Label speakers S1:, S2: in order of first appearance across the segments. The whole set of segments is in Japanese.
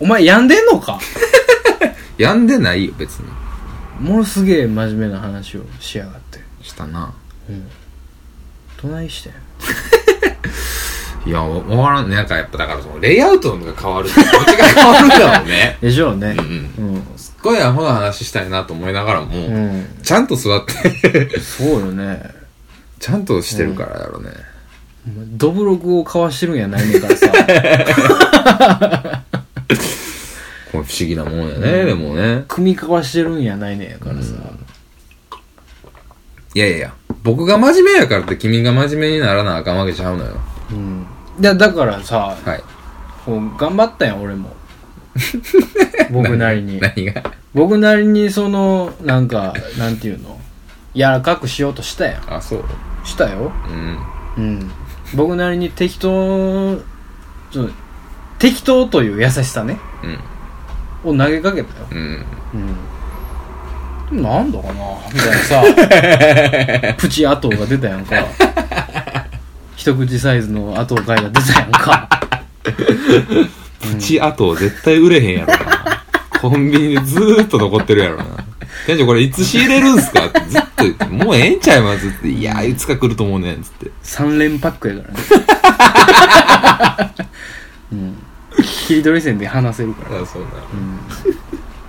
S1: お前病んでんのか
S2: 病んでないよ、別に。
S1: ものすげえ真面目な話をしやがって
S2: したな。
S1: どないしてん。
S2: いや、わわからん。なんかやっぱだからその、レイアウトが変わるって気持ちが変わるんだもんね
S1: でしょうね
S2: うん
S1: うん、
S2: すっごいアホな話したいなと思いながらも、
S1: うん、
S2: ちゃんと座って、
S1: そうよね
S2: ちゃんとしてるからやろね。
S1: お前どぶろくを交わしてるんやないねんからさ
S2: これ不思議なもんやね、でもね。
S1: 組み交わしてるんやないねんやからさ、
S2: いやいやいや、僕が真面目やからって君が真面目にならなあかんわけちゃうのよ。
S1: うん、いやだからさ
S2: はい。
S1: こう頑張ったやん俺 も僕なりに
S2: 何が
S1: 僕なりにそのなんかなんていうの柔らかくしようとしたや
S2: あ、そう。
S1: んしたよ
S2: うん。
S1: うん僕なりに適当ちょっと適当という優しさね
S2: うん。
S1: を投げかけたよ
S2: うん。
S1: うんなんだかなみたいなさプチアトウが出たやんか一口サイズのアトウ貝が出たやんか
S2: プチ後絶対売れへんやろな。コンビニでずーっと残ってるやろな。店長これいつ仕入れるんすかってずっと言って、もうええんちゃいますって。いやー、いつか来ると思うねん。つって。
S1: 3連パックやからねうん切り取り線で話せるから
S2: あ、そうな。
S1: うん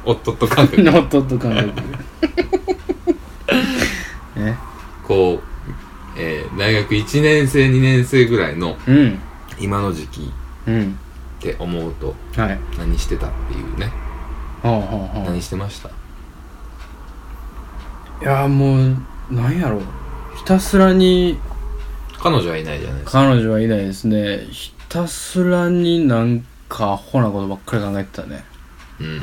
S2: おっとっと感 覚。
S1: ノートと感覚で。ね。
S2: こう、えー大学1年生、2年生ぐらいの
S1: うん。
S2: 今の時期
S1: うん。
S2: って思うと、
S1: はい。は
S2: 何してたっていうね。
S1: あ、はあは
S2: 何してました
S1: あ、いや、もう、なんやろう。ひたすらに、
S2: 彼女はいないじゃないですか。
S1: 彼女はいないですね。ひたすらになんか、アホなことばっかり考えてたね。
S2: うん。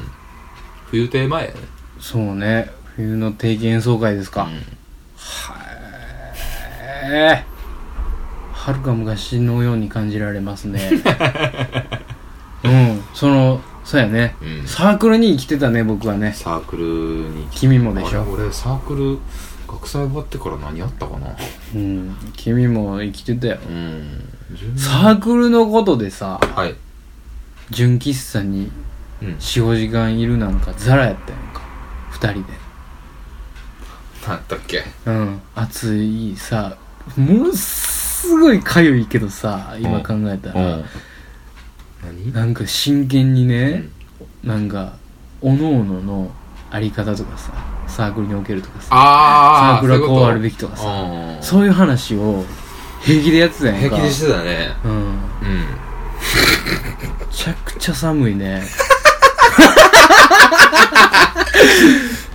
S2: 冬亭前やね。
S1: そうね。冬の定期演奏会ですか。
S2: うん
S1: ええはるか昔のように感じられます ね。うん。その、そうやね。
S2: うん
S1: サークルに生きてたね、僕はね。
S2: サークルに来
S1: 君もでしょ
S2: あれ俺サークル学祭終わってから何やったかな
S1: うん、君も生きてたよ
S2: うん
S1: サークルのことでさ
S2: はい
S1: 純喫茶に
S2: うん
S1: 45時間いるなんかザラやったやんか2人で
S2: 何だっけ
S1: うん暑いさものすごいかゆいけどさ今考えたら、
S2: 何
S1: なんか真剣にね、なんかおのおののあり方とかさサークルにおけるとかさ
S2: ああ
S1: サークルはこうあるべ
S2: き
S1: きとかさ
S2: さ
S1: そういう話を平気でやってたやんか
S2: 平気でしてたね
S1: うん
S2: うん
S1: めちゃくちゃ寒い ね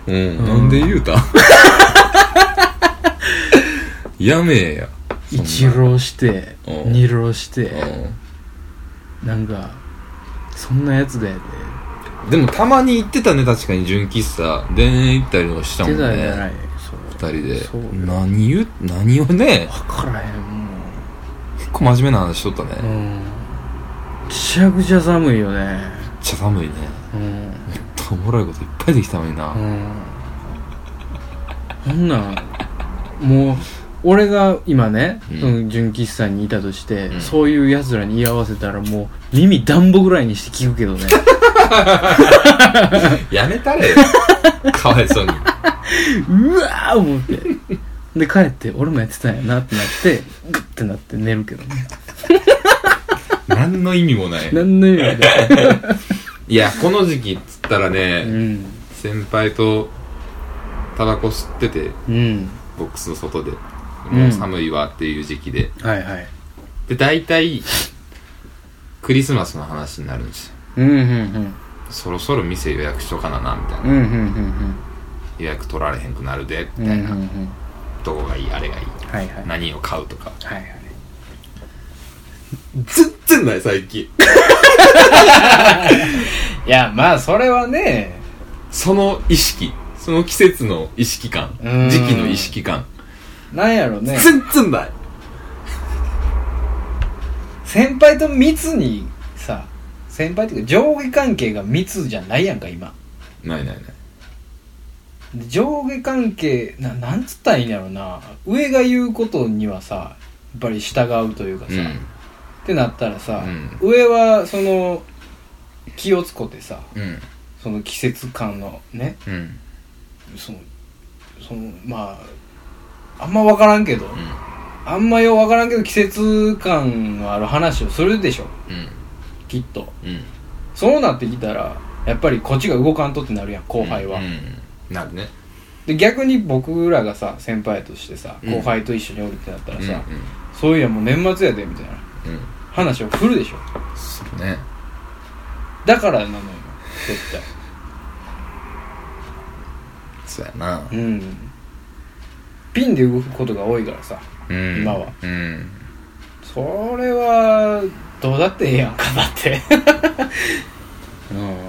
S2: うん、
S1: うん
S2: なんで言うた やめえや
S1: 一浪して
S2: うん
S1: 二浪して
S2: う
S1: なんかそんなやつだよね
S2: んでもたまに行ってたね確かに純喫茶田園行ったりもしたも
S1: 出
S2: ん
S1: たじゃ
S2: ね
S1: ないそう
S2: 二人で
S1: そう
S2: 何言う何をね
S1: 分からへんも
S2: 結構真面目な話しとったね、
S1: うう
S2: めっ
S1: んめちゃくちゃ寒いよね
S2: ちゃ寒いね
S1: うん
S2: おもろいこといっぱいできたのにな、
S1: うんそんなんもう俺が今ね、
S2: うん
S1: その純喫茶にいたとして、
S2: うん
S1: そういうやつらに居合わせたらもう耳暖房ぐらいにして聞くけどね
S2: やめたれ よかわいそうに
S1: うわー思ってで帰って俺もやってたんやなってなってグッてなって寝るけどね
S2: 何の意味もない
S1: 何の意味もない
S2: いやこの時期っつったらね、
S1: うん
S2: 先輩とタバコ吸ってて
S1: うん
S2: ボックスの外で
S1: うん
S2: もう寒いわっていう時期で、
S1: はいはい
S2: で大体クリスマスの話になるんですよ
S1: うんうんうん
S2: そろそろ店予約しとかななみたいな、
S1: うんうんうん
S2: 予約取られへんくなるで
S1: うんう
S2: み
S1: ん
S2: た
S1: う
S2: い
S1: ん
S2: な、どこがいいあれがいい
S1: はいはいはい
S2: 何を買うとか
S1: はい
S2: 全然ない最近
S1: いやまあそれはね
S2: その意識その季節の意識感
S1: うん
S2: 時期の意識感
S1: なんやろね
S2: 全然ない
S1: 先輩と密にさ先輩っていうか上下関係が密じゃないやんか今
S2: ないないない
S1: で上下関係ななんつったらいいんやろな上が言うことにはさやっぱり従うというかさ、
S2: うん
S1: ってなったらさ、
S2: うん
S1: 上はその気をつこてさ
S2: うん
S1: その季節感のね
S2: うんうん
S1: そのそのまああんま分からんけど、あんまよう分からんけど季節感のある話をするでしょ
S2: うん
S1: きっと
S2: うん
S1: そうなってきたらやっぱりこっちが動かんとってなるやん後輩は、
S2: うんなるね
S1: で逆に僕らがさ先輩としてさ
S2: うん
S1: 後輩と一緒におるってなったらさ、
S2: うん
S1: そういやもう年末やでみたいな
S2: うんうん
S1: 話を振るでしょ
S2: そうね
S1: だからなのよ絶対
S2: そうやな
S1: うんピンで動くことが多いからさ
S2: うん
S1: 今は
S2: うん
S1: それはどうだってええやんかだって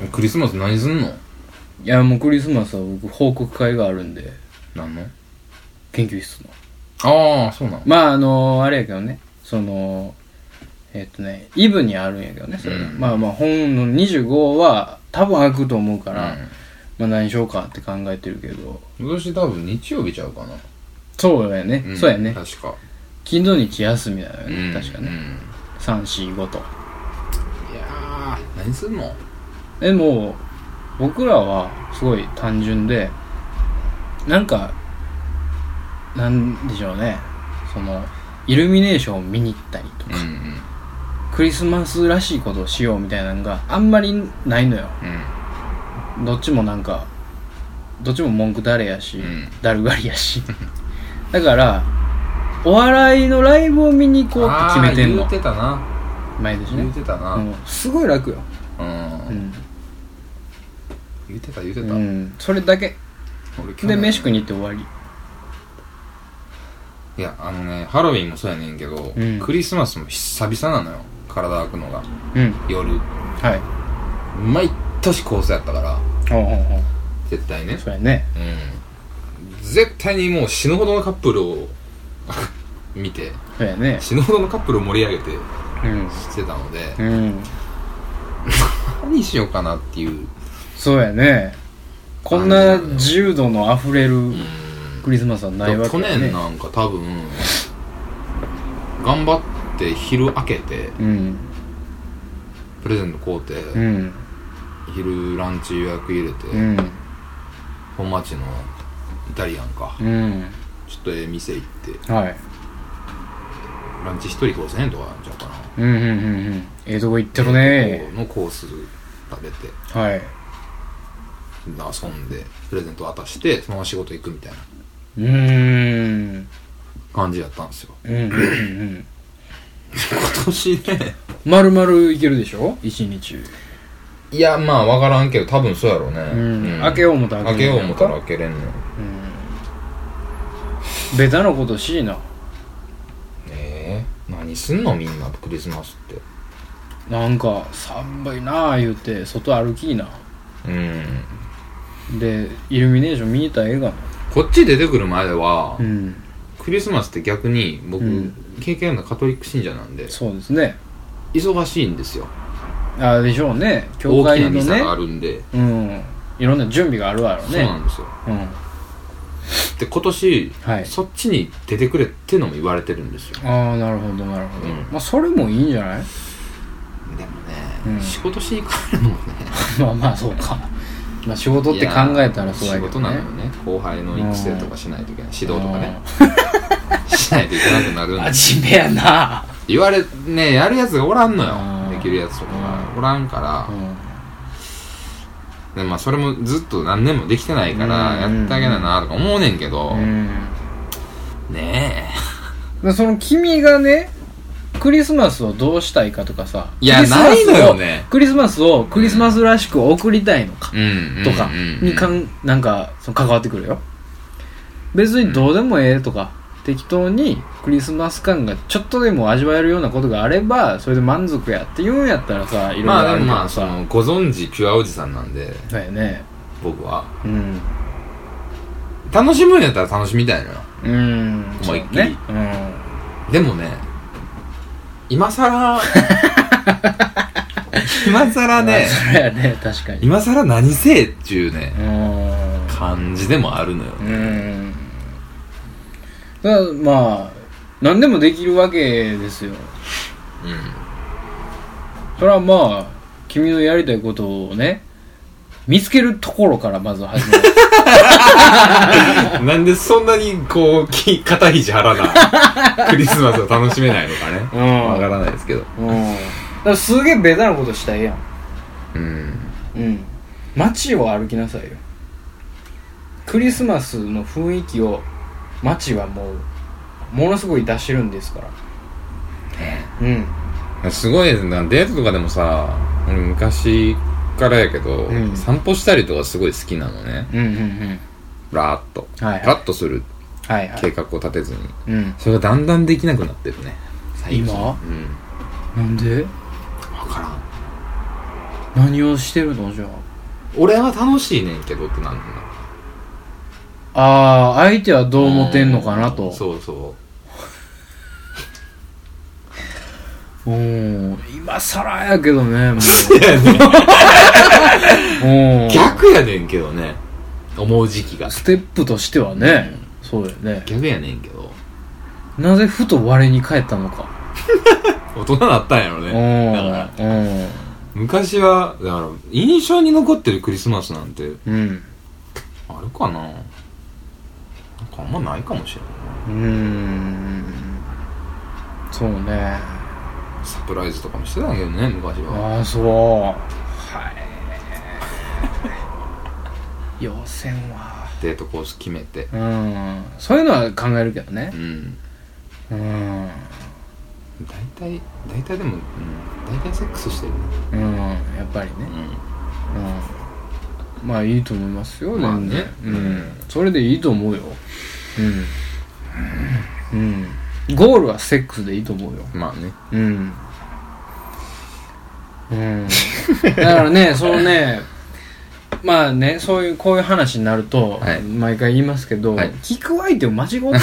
S1: うん
S2: クリスマス何すんの
S1: いやもうクリスマスは僕報告会があるんで
S2: なんの
S1: 研究室の
S2: ああそうなの
S1: まああのあれやけどねそのえっとねイブにあるんやけどねそれが、
S2: うん
S1: まあまあ本の25は多分開くと思うから、
S2: うん
S1: まあ何しようかって考えてるけど
S2: 今年多分日曜日ちゃうかな、
S1: そうやね、
S2: ん
S1: そうやね
S2: 確か、
S1: 金土日休みだよね、
S2: うん
S1: 確か
S2: う
S1: ね
S2: ん
S1: 345と
S2: いやー何すんの
S1: でも僕らはすごい単純でなんかなんでしょうねそのイルミネーションを見に行ったりとか、
S2: ん
S1: クリスマスらしいことをしようみたいなのがあんまりないのよ
S2: うん
S1: どっちもなんかどっちも文句だれやし、
S2: うん
S1: だるがりやし だからお笑いのライブを見に行こうって決めてんの
S2: あー言うてたな
S1: 前です
S2: 言
S1: ね
S2: う、てたな
S1: う
S2: うん、
S1: ん、すごい楽よ、うん
S2: 言うてた言うて
S1: う
S2: た、
S1: ん、それだけ
S2: 俺去
S1: で
S2: 年
S1: 飯食いに行って終わり
S2: いやあのねハロウィンもそうやねんけど、
S1: うん
S2: クリスマスも久々なのよ体開くのが
S1: うん
S2: 夜
S1: はい
S2: 毎年コースやったから
S1: ほうほうほう
S2: 絶対ね
S1: そうやね
S2: うん絶対にもう死ぬほどのカップルを 見て
S1: そうやね
S2: 死ぬほどのカップルを盛り上げて
S1: うん
S2: してたので、
S1: うん
S2: 何しようかなっていう
S1: そうやねこんな自由度のあふれる
S2: うん
S1: クリスマスはないわけ
S2: 去
S1: やね
S2: 年なんか多分頑張って昼開けて
S1: うん
S2: プレゼント買うて、
S1: うん
S2: 昼ランチ予約入れて、
S1: うん
S2: 本町のイタリアンか、
S1: うん
S2: ちょっとええ店行って
S1: はい
S2: ランチ一人5000円とかなんちゃうかな
S1: うんうんうんうんええとこ行ってるね
S2: のコース食べて
S1: はい
S2: 遊んでプレゼント渡してそのまま仕事行くみたいな
S1: うーん
S2: 感じやったんですよ
S1: うんうんうん
S2: 今年ね
S1: まるまるいけるでしょ一日
S2: いやまあ分からんけど多分そうやろうね、
S1: うん開けよう思ったら
S2: 開
S1: 開け
S2: け
S1: れ
S2: よ
S1: んの
S2: う
S1: やん
S2: 思っ
S1: か
S2: たら開けれんのよ
S1: ベタなことしいな
S2: ねえ何すんのみんなクリスマスって
S1: なんか寒いなあ言うて外歩きいな
S2: うん
S1: でイルミネーション見えたらええがな
S2: こっち出てくる前は、
S1: うん
S2: クリスマスって逆に僕、
S1: うん
S2: 経験なカトリック信者なんで
S1: そうですね
S2: 忙しいんですよ
S1: あでしょうね教
S2: 大
S1: 会
S2: きな
S1: の
S2: ミサがあ
S1: ね
S2: るんで、
S1: うんいろんな準備があるわろ
S2: そうな
S1: ね
S2: んですよ
S1: うん
S2: で今年、
S1: はい
S2: そっちに出てくれってのも言われてるんですよ
S1: ああなるほどなるほど、
S2: うん
S1: まあそれもいいんじゃない
S2: でもね、
S1: うん
S2: 仕事しに帰るのもね
S1: まあまあそうかまあ仕事って考えたらそうや
S2: 仕
S1: けど、ね、
S2: 事なのよね後輩の育成とかしないといけない指導とかね
S1: うん
S2: しないといけなくなるんで
S1: 真面目やな
S2: 言われねやるやつがおらんの
S1: うん
S2: よできるやつとかがおらんから
S1: う、ん
S2: でまあ、それもずっと何年もできてないから
S1: うん
S2: やってあげななとか思うねんけど、
S1: うん
S2: ね
S1: でその君がねクリスマスをどうしたいかとかさ
S2: いや
S1: クリスマスを
S2: ないのよね
S1: クリスマスをクリスマスらしく送りたいのか
S2: え、うんうん
S1: とかにか
S2: うん
S1: んなんかその関わってくるよ別にどうでもええとか適当にクリスマス感がちょっとでも味わえるようなことがあればそれで満足やって言うんやったらさいろいろ
S2: まあ
S1: あ
S2: で
S1: る
S2: も
S1: け
S2: ま
S1: ど
S2: あそ
S1: さ
S2: のご存知ピュアおじさんなんで
S1: そうやね
S2: 僕は
S1: うん
S2: 楽しむんやったら楽しみたいのよ
S1: うん
S2: 思いっきり
S1: そうねうん
S2: でもね今さ ら今さら
S1: ま
S2: ね
S1: あそれやね確かに
S2: 今さら何せえっていうね
S1: うん
S2: 感じでもあるのよ
S1: う、んだからまあ何でもできるわけですよ
S2: うん
S1: それはまあ君のやりたいことをね見つけるところからまず始める
S2: なんでそんなにこうき肩肘張らな いクリスマスを楽しめないのかね
S1: うん
S2: わからないですけど
S1: うんだからすげえベタなことしたらええやん
S2: うん
S1: うん街を歩きなさいよクリスマスの雰囲気を街はもうものすごい出してるんですからうん
S2: すごいですねデートとかでもさ俺昔からやけど、
S1: うん
S2: 散歩したりとかすごい好きなのね
S1: うんうんうん
S2: ラーっと
S1: はいはい
S2: ラッとする
S1: はいは
S2: 計
S1: い
S2: 画を立てずに
S1: うん
S2: それがだんだんできなくなってるね近
S1: 今
S2: うん
S1: なんで
S2: 分からん
S1: 何をしてるのじゃ
S2: 俺は楽しいねんけどってなんだろ
S1: ああー相手はどう
S2: う
S1: 思ってんのかな
S2: う
S1: と
S2: そうそ
S1: うん今更やけどねもう
S2: ういやね
S1: うん
S2: 逆やねんけどね思う時期が
S1: ステップとしてはねそうよね
S2: 逆やねんけど
S1: なぜふと我に返ったのか
S2: 大人だったんやろ
S1: う
S2: ねだから
S1: ん
S2: 昔はだから印象に残ってるクリスマスなんて
S1: うんうん
S2: あるかななんかあんまないかもしれな
S1: うーんそうね
S2: いサプライズとかもしてたんやけどね昔は
S1: ああそうはい要戦は
S2: デートコース決めて
S1: うんそういうのは考えるけどね
S2: うん
S1: うん
S2: 大体大体でも、うん、大体セックスしてるね
S1: うんやっぱりねうんまあいいと思いますよ
S2: まあね
S1: 全然
S2: う
S1: うんそれでいいと思うようんうんゴールはセックスでいいと思うよ
S2: うんまあね
S1: うん。うん。だからね、そのね、まあね、そういう、こういう話になると、
S2: はい
S1: 毎回言いますけど、
S2: はい
S1: 聞く相手を間違ってん の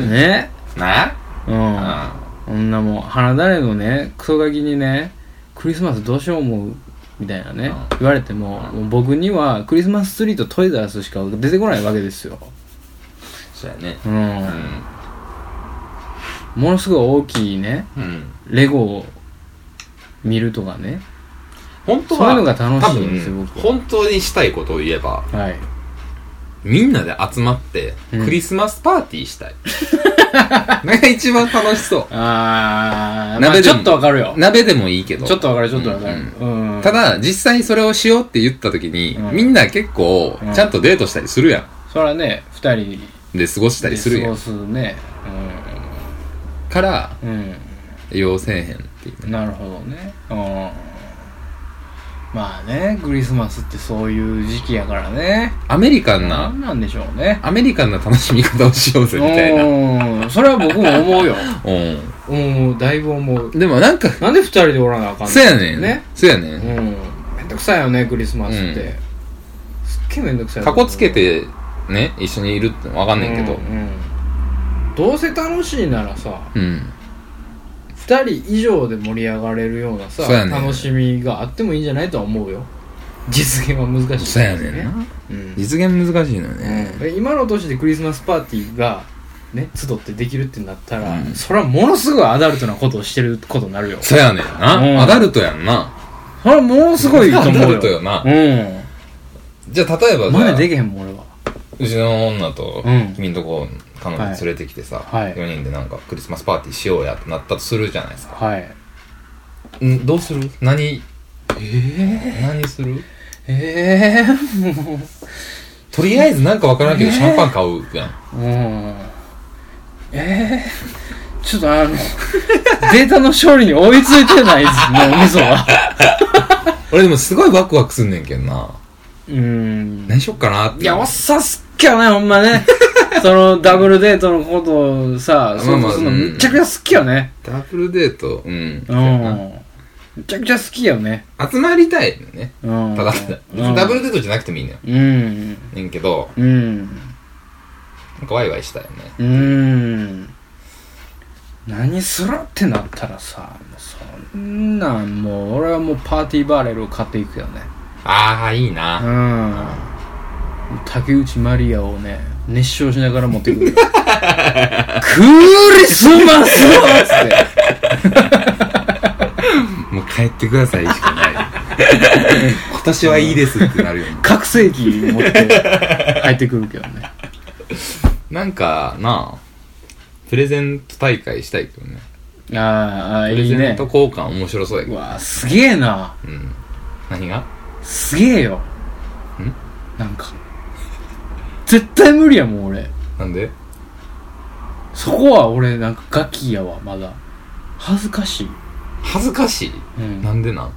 S1: よ。ね。
S2: な
S1: うん。
S2: あ
S1: こんなもん、花だれのね、クソガキにね、クリスマスどうしよう思うみたいなね、
S2: うん
S1: 言われても、もう僕にはクリスマスツリーとトイザらスしか出てこないわけですよ。
S2: そうやね
S1: うん。
S2: う
S1: ものすごい大きいね、
S2: んうん
S1: レゴを見るとかね
S2: 本当
S1: そうい
S2: は
S1: うのが楽しいんですよ
S2: 多分
S1: 僕は
S2: 本当にしたいことを言えば
S1: はい
S2: みんなで集まって、
S1: うん
S2: クリスマスパーティーしたい。 なんか一番楽しそう。
S1: あー、ま
S2: 鍋
S1: あ、
S2: で
S1: ち
S2: も
S1: ょっとわかるよ
S2: 鍋でもいいけど。
S1: ちょっとわかるちょっとわかるうん、
S2: ただ、実際にそれをしようって言った時に、
S1: うん
S2: みんな結構
S1: うん、
S2: ちゃんとデートしたりするや
S1: それはね二人
S2: ん。で、過ごした
S1: で
S2: りする
S1: 過
S2: や
S1: ご
S2: ん。
S1: すね
S2: から、
S1: うん、
S2: 要せえへんっていう
S1: うん、なるほどねうんまあねクリスマスってそういう時期やからね
S2: アメリカン
S1: な
S2: な、
S1: んなんでしょうね
S2: アメリカンな楽しみ方をしようぜ、みたいな。
S1: うんそれは僕も思うよ
S2: う。
S1: うんだいぶ思うん
S2: でもなんか、
S1: なんで二人でおらなあかんの
S2: そうやねん。
S1: ね
S2: そうやね。
S1: うんんめんどくさいよねクリスマスって、
S2: うん
S1: すっげえめんどくさい
S2: かこつけて、ね、一緒にいるってわかんないけど
S1: う。んうんどうせ楽しいならさ
S2: うん。
S1: 2人以上で盛り上がれるようなさ、
S2: そうやねん
S1: 楽しみがあってもいいんじゃないとは思うよ実現は難しいです
S2: そうやねんな。
S1: うん
S2: 実現難しいのよね。
S1: うん今の年でクリスマスパーティーがね集ってできるってなったら、
S2: うん
S1: それはものすごいアダルトなことをしてることになるよ
S2: そやねん
S1: うん
S2: な。アダルトやんな。
S1: それはものすごいと思うよ
S2: アダルトよな
S1: う
S2: じゃあ、例えば
S1: ん真似で
S2: さ、
S1: きへんもん俺は
S2: うちの女と
S1: うん、
S2: 君んとこ、彼女連れてきてさ、
S1: はい
S2: 4人でなんかクリスマスパーティーしようやってなったとするじゃないですか。
S1: はい
S2: んどうする何え何する
S1: ええー、もう
S2: とりあえずなんかわからんけど、シャンパン買うやん。
S1: うんえー、ちょっとあの データの勝利に追いついてないですねおみそは
S2: 俺でもすごいワクワクすんねんけどな。
S1: うん
S2: 何しよっかなって。
S1: いやおっさんすっきゃねほんま ねそのダブルデートのことをさ
S2: まあ
S1: 想
S2: ま
S1: 像
S2: あ
S1: するの
S2: うん
S1: むっちゃくちゃ好きよね
S2: ダブルデート、うん。
S1: うんむちゃくちゃ好きよね
S2: 集まりたいのね。
S1: うん
S2: ただ、別にダブルデートじゃなくてもいいのよ。
S1: うん
S2: ねんけど、
S1: うん
S2: なんかワイワイしたいよね。
S1: うん何するってなったらさもうそんなんもう俺はもうパーティーバーレルを買っていくよね
S2: ああ、いいな。
S1: うん竹内まりやをね熱唱しながら持って くるクリスマスはっつって
S2: 帰ってくださいしか ない今年はいいですってなるよね
S1: 覚醒器持って帰ってくるけどね
S2: なんかなあプレゼント大会したいけどね
S1: あーあ
S2: プ
S1: ー
S2: レ
S1: いい
S2: ゼン
S1: ね
S2: ト交換面白そうやけ
S1: う
S2: ど
S1: わーすげえな
S2: うん何が
S1: すげえよなんか絶対無理やもん俺
S2: なんで
S1: そこは俺なんかガキやわまだ恥ずかしい、
S2: 恥ずかしい
S1: うん、
S2: なんでなん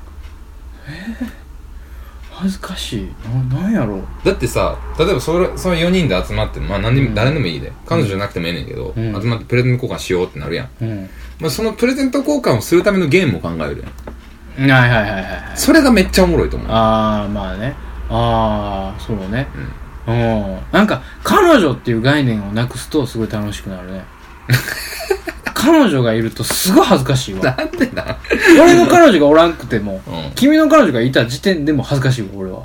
S1: 恥ずかしいななんやろう
S2: だってさ例えばそれその4人で集まって、まあ、何でも、
S1: うん
S2: 誰でもいいで彼女じゃなくてもええねんけど、
S1: うん
S2: 集まってプレゼント交換しようってなるやん、
S1: うん
S2: まあ、そのプレゼント交換をするためのゲームを考えるやん
S1: はいはいはいはいはい
S2: それがめっちゃおもろいと思う
S1: ああまあねああそうね
S2: うん
S1: うんなんか彼女っていう概念をなくすとすごい楽しくなる ね彼女がいるとすごい恥ずかしいわ
S2: なんでな
S1: 俺の彼女がおらんくても
S2: う
S1: 君の彼女がいた時点でも恥ずかしいわ俺は、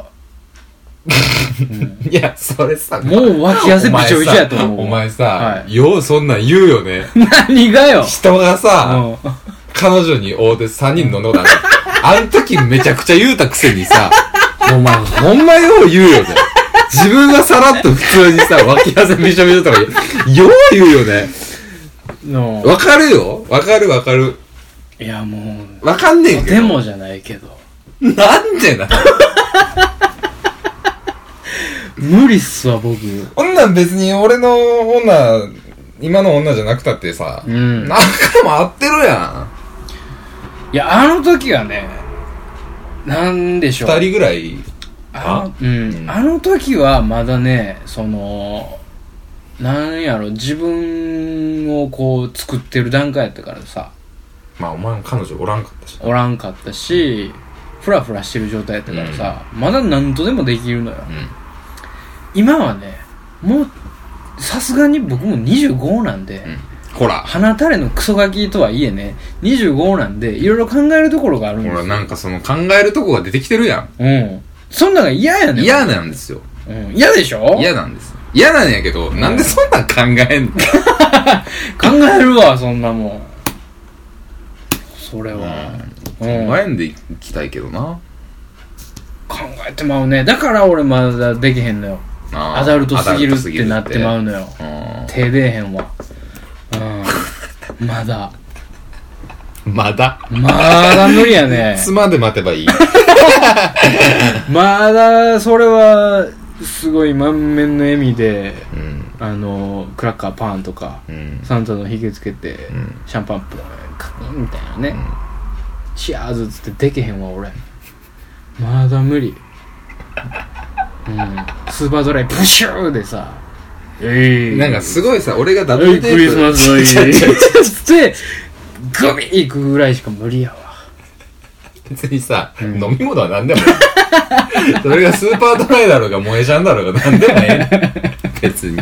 S1: うん
S2: んいやそれさ
S1: もう脇汗びちょびちょやと思うわ
S2: お前さ、
S1: は
S2: ようそんなん言うよね
S1: 何がよ
S2: 人がさ、
S1: うん
S2: 彼女に会うて3人飲んだ ことあるあの時めちゃくちゃ言うたくせにさ お前ほんまよう言うよね自分がさらっと普通に さ脇汗びしょびしょとか言うよう言うよね
S1: の
S2: わかるよわかるわかる
S1: いやもう
S2: わかんねえ
S1: と
S2: け
S1: て
S2: ど
S1: もじゃないけど
S2: なんでな
S1: 無理っすわ僕
S2: こんなん別に俺の女今の女じゃなくたってさ、
S1: うん
S2: 何回も会ってるやん
S1: いやあの時はねなんでしょう
S2: 二人ぐらい
S1: あのうん、
S2: うん
S1: あの時はまだねそのなんやろ自分をこう作ってる段階やったからさ
S2: まあお前も彼女おらんかったし
S1: おらんかったしフラフラしてる状態やったからさ、まだ何とでもできるのよ
S2: う
S1: 今はねもうさすがに僕も25なんで、
S2: んうんほら
S1: 花垂れのクソガキとはいえね25なんでいろいろ考えるところがあるん
S2: ほ
S1: です
S2: ら
S1: よ
S2: なんかその考えるとこが出てきてるやん
S1: うんそんなんが嫌やねん
S2: 嫌なんですよ
S1: うん嫌でしょ
S2: 嫌なんです嫌なんやけどなんでそんなん考えんの
S1: 考えるわそんなもんそれは、うん
S2: 考えんでいきたいけどな
S1: 考えてまうねだから俺まだできへんのよ
S2: あー
S1: アダルトすぎるってなってまうのよ
S2: うん
S1: 手出えへんわうんまだ
S2: まだ
S1: まだ無理や ね
S2: 妻で待てばいい
S1: まだそれはすごい満面の笑みで
S2: うん
S1: あのクラッカーパンとか
S2: うん
S1: サンタのひげつけて、
S2: うん
S1: シャンパンポンカキンみたいなね、チアーズっつってでけへんわ俺まだ無理うんスーパードライプシューでさえ
S2: なんかすごいさ俺がダブ
S1: ごい
S2: ルテー
S1: ク
S2: プ
S1: リスマス の
S2: 違う違う
S1: 家つってグミ行くぐらいしか無理やわ
S2: 別にさ、
S1: ん
S2: 飲み物は何でもいい それがスーパードライだろうが萌えちゃんだろうが何でもええ別に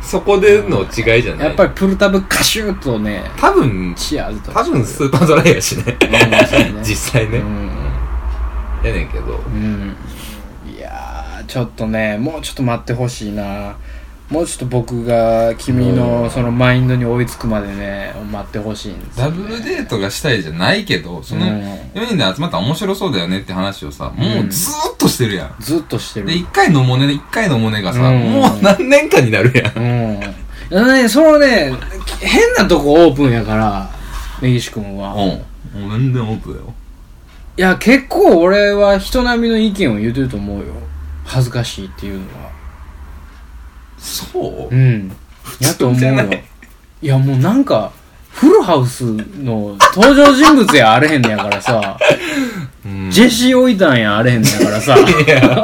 S2: そこでの違いじゃない
S1: やっぱりプルタブカシューとね
S2: 多分
S1: チアーズと
S2: 多分スーパードライやしね
S1: うん そうね
S2: 実際ね、
S1: うん
S2: やねんけど
S1: うんいやーちょっとねもうちょっと待ってほしいなもうちょっと僕が君
S2: う
S1: の
S2: ん
S1: そのマインドに追いつくまでね待ってほしいんです
S2: ダ
S1: よ
S2: ブルデートがしたいじゃないけどその
S1: うん
S2: 4人で集まったら面白そうだよねって話をさもううんずーっとしてるやん、
S1: ずっとしてる
S2: で一回のもね一回のもねがさ、
S1: うん
S2: もう何年かになるやん
S1: うんだからねそのね変なとこオープンやから根岸君は
S2: うんもう全然オープンだよ
S1: いや結構俺は人並みの意見を言うてると思うよ恥ずかしいっていうのは
S2: そう
S1: うんやと思う
S2: じゃ
S1: よ
S2: ない
S1: いやもうなんかフルハウスの登場人物やあれへんねやからさ
S2: うん
S1: ジェシー置いたんやあれへんねやから さ
S2: いや、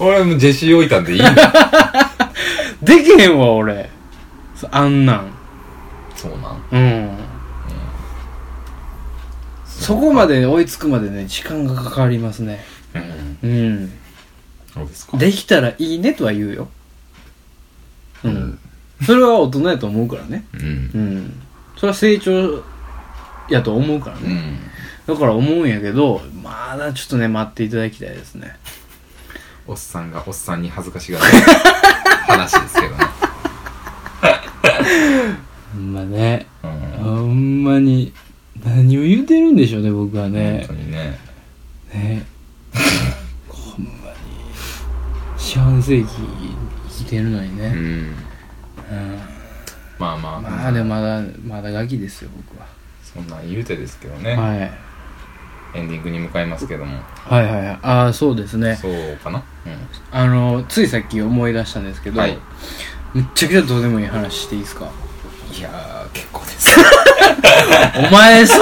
S2: 俺もジェシー置いたんでいいんだ。
S1: できへんわ俺あんなん
S2: そうなん。
S1: うんそこまで追いつくまでね時間がかかりますね
S2: うん。
S1: うん
S2: そうですか。
S1: できたらいいねとは言うよう、
S2: うんん。
S1: それは大人やと思うからね
S2: うん。
S1: うんそれは成長やと思うから
S2: う
S1: ね、
S2: ん。
S1: だから思うんやけどまだちょっとね待っていただきたいですね
S2: おっさんがおっさんに恥ずかしがられる話ですけどね。
S1: ほんまね
S2: うん。
S1: ほんまに何を言うてるんでしょうね僕は
S2: 本
S1: ね
S2: 当にね
S1: ねほんまに四半世紀生きてるのに
S2: う
S1: ね、
S2: ん
S1: うん
S2: まあまあ
S1: まあでもまだまだガキですよ僕は、
S2: そんなん言うてですけどね、
S1: はい、
S2: エンディングに向かいますけども
S1: はいはいはいああそうですね
S2: そうかなうん
S1: あのついさっき思い出したんですけど、
S2: はい
S1: めっちゃくちゃどうでもいい話していいですか
S2: いやー結構です
S1: お前 さ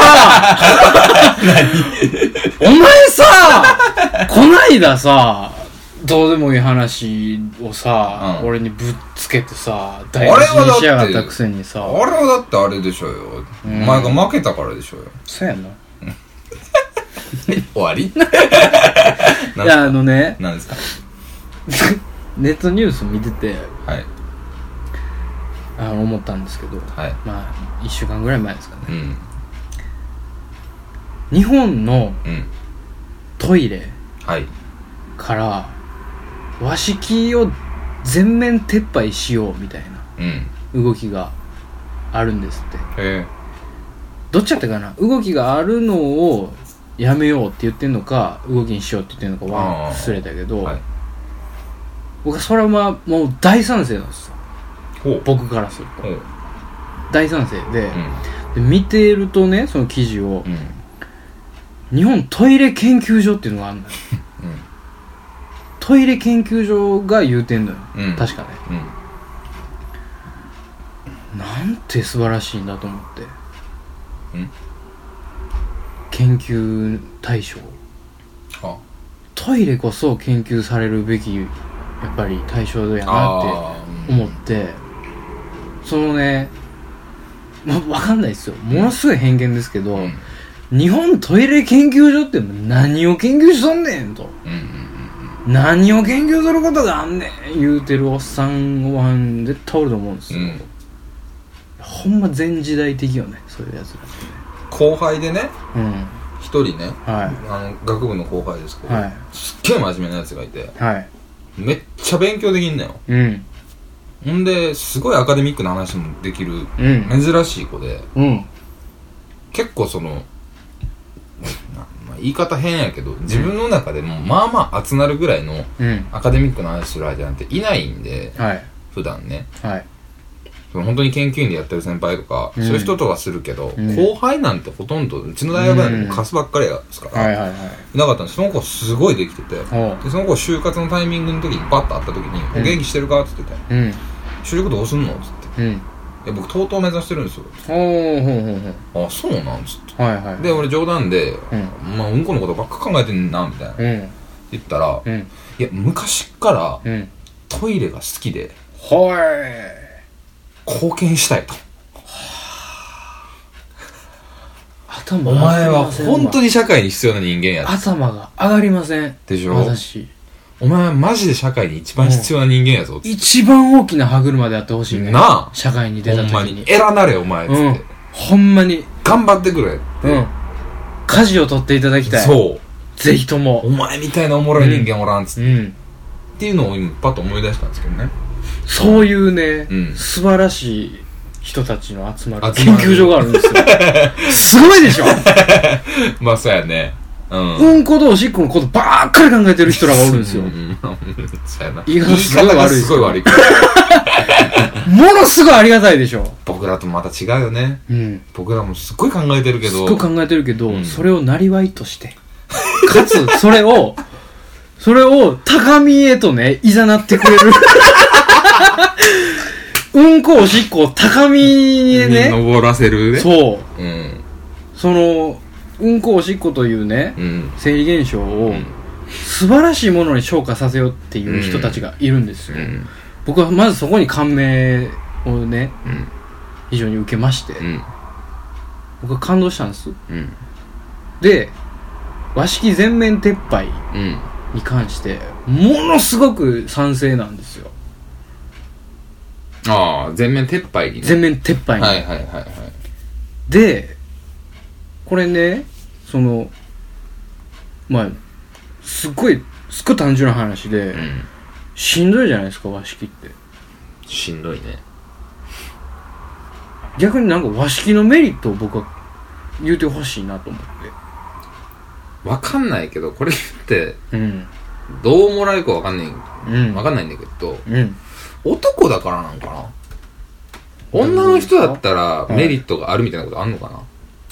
S1: お前さこないださどうでもいい話をさ、
S2: うん
S1: 俺にぶっつけてさ
S2: れ
S1: 大
S2: はだ
S1: 事
S2: って
S1: にしやがったくせに
S2: あ
S1: さ
S2: れはだってあれでしょうよ、
S1: うん
S2: お前が負けたからでし ょうよ
S1: そうやな
S2: 終わり
S1: いやあのね
S2: なんですか
S1: ネットニュース見てて
S2: はい
S1: あの思ったんですけど
S2: はい
S1: まあ1週間ぐらい前ですかね
S2: うん
S1: 日本の
S2: うん
S1: トイレ
S2: はい
S1: から和式を全面撤廃しようみたいな
S2: うんへ
S1: 動きがあるんですって
S2: え
S1: どっちだったかな動きがあるのをやめようって言ってんのか動きにしようって言ってんのか
S2: あ
S1: は
S2: ー
S1: 忘れたけど、
S2: はい
S1: 僕はそれはもう大賛成なんですよ
S2: ほう
S1: 僕からすると
S2: ほう
S1: 大賛成で,
S2: う、ん
S1: で見てるとねその記事を
S2: う、ん
S1: 日本トイレ研究所っていうのがあるのよ
S2: うん
S1: トイレ研究所が言うてんのよ、
S2: うん
S1: 確かね
S2: うん
S1: なんて素晴らしいんだと思って
S2: うん
S1: 研究対象
S2: あ
S1: トイレこそ研究されるべきやっぱり対象だよなっ
S2: あ
S1: て
S2: ー
S1: 思ってそのねまわかんないですよものすごい偏見ですけど、
S2: うんうん
S1: 日本トイレ研究所って何を研究しとんねんと
S2: うんうん
S1: 何を研究することがあんねん言うてるおっさんご飯絶対おると思うんです
S2: う
S1: よ、
S2: ん
S1: ほんま全時代的よねそういうやつらってね
S2: 後輩でね
S1: うん
S2: 一人ね
S1: は
S2: あの学部の後輩ですけ
S1: い
S2: ど、
S1: は
S2: すっげえ真面目なやつがいて
S1: いはい
S2: めっちゃ勉強できんのよ
S1: うん
S2: ほんですごいアカデミックな話もできる
S1: うん
S2: 珍しい子で
S1: うん
S2: 結構そのなまあ言い方変やけど自分の中でもまあまあ集なるぐらいの
S1: うん
S2: アカデミックな話する相手なんていないんで
S1: はい
S2: 普段ね
S1: はい
S2: その本当に研究員でやってる先輩とか、
S1: うん
S2: そういう人とはするけど、
S1: ん
S2: 後輩なんてほとんどうちの大学なんてもう貸すばっかりですから、
S1: はいはいはい
S2: なかったんですその子すごいできてて
S1: おう
S2: でその子就活のタイミングの時にバッと会った時に「
S1: うん
S2: お元気してるか?」っつってて
S1: うん
S2: 「就職どうすんの?」っつって
S1: うん
S2: 「いや僕とうとう目指してるんですよ」
S1: おうほうほうほ
S2: あそうなん」っつっ
S1: う
S2: て
S1: はいはい
S2: で俺冗談で
S1: う
S2: 「まあうんこのことばっか考えてんな」みたいな
S1: うん
S2: 言ったら「
S1: うん
S2: いや昔から
S1: うん
S2: トイレが好きで
S1: ほい
S2: 貢献したい」と
S1: 頭
S2: 「お前は本当
S1: に
S2: に社会に必要な人間や」
S1: 頭が上がりません
S2: でしょ
S1: 私
S2: お前はマジで社会に一番必要な人間やぞ。
S1: 一番大きな歯車であってほしいね
S2: なあ
S1: 社会に出
S2: ほ
S1: た
S2: んま
S1: 時
S2: に
S1: に。
S2: 偉なれ、お前。つって。
S1: うんほんまに
S2: 頑張ってくれ。
S1: うん舵を取っていただきたい
S2: そう。
S1: ぜひと
S2: お
S1: も
S2: 前みたいなおもろい人間おらん。つっ
S1: う
S2: て。
S1: ん
S2: っていうのを今、パッと思い出したんですけどね。
S1: そういうね、
S2: うん
S1: 素晴らしい人たちの集まる
S2: 集
S1: 研
S2: まる
S1: 究所があるん ですよ。すごいでしょ
S2: まあ、そうやね。うん。
S1: うんことおしっこのことばっかり考えてる人らがおるんですよ。
S2: う
S1: も
S2: んそうやな。
S1: 言い方すごい悪い
S2: 言方が
S1: です
S2: すごい悪いから。
S1: のすごいありがたいでしょ
S2: 僕らとまた違うよね。
S1: うん。
S2: 僕らもすっごい考えてるけ
S1: すっ
S2: ど。
S1: ごい考えてるけど、
S2: うん
S1: それをなりわいとして、かつそれを、それを高みへとね、誘ってくれる。 うんこおしっこを高みへね、
S2: 登らせるね。
S1: そう、
S2: うん。
S1: その、うんこおしっこというね、
S2: うん。
S1: 生理現象を
S2: ん
S1: 素晴らしいものに昇華させようっていう人たちがいるんです
S2: う
S1: よ、
S2: ん。
S1: 僕はまずそこに感銘をね
S2: うん。
S1: 非常に受けまして、
S2: うん。
S1: 僕は感動したんです
S2: うん。
S1: で和式全面撤廃
S2: うん。
S1: に関してものすごく賛成なんですよ
S2: ああ、全面撤廃にね。
S1: 全面撤廃に、
S2: はいはいはいはい。
S1: でこれねそのまあすっごいすっごい単純な話で、
S2: うん。
S1: しんどいじゃないですか和式って
S2: しんどいね。
S1: 逆になんか和式のメリットを僕は言うてほしいなと思っ
S2: わかんないけど、これって、
S1: てうん
S2: どうもらえるかわかんない、
S1: うん
S2: わかんないんだけど、
S1: うん
S2: 男だからなんかな女の人だったらメリットがあるみたいなことあんのか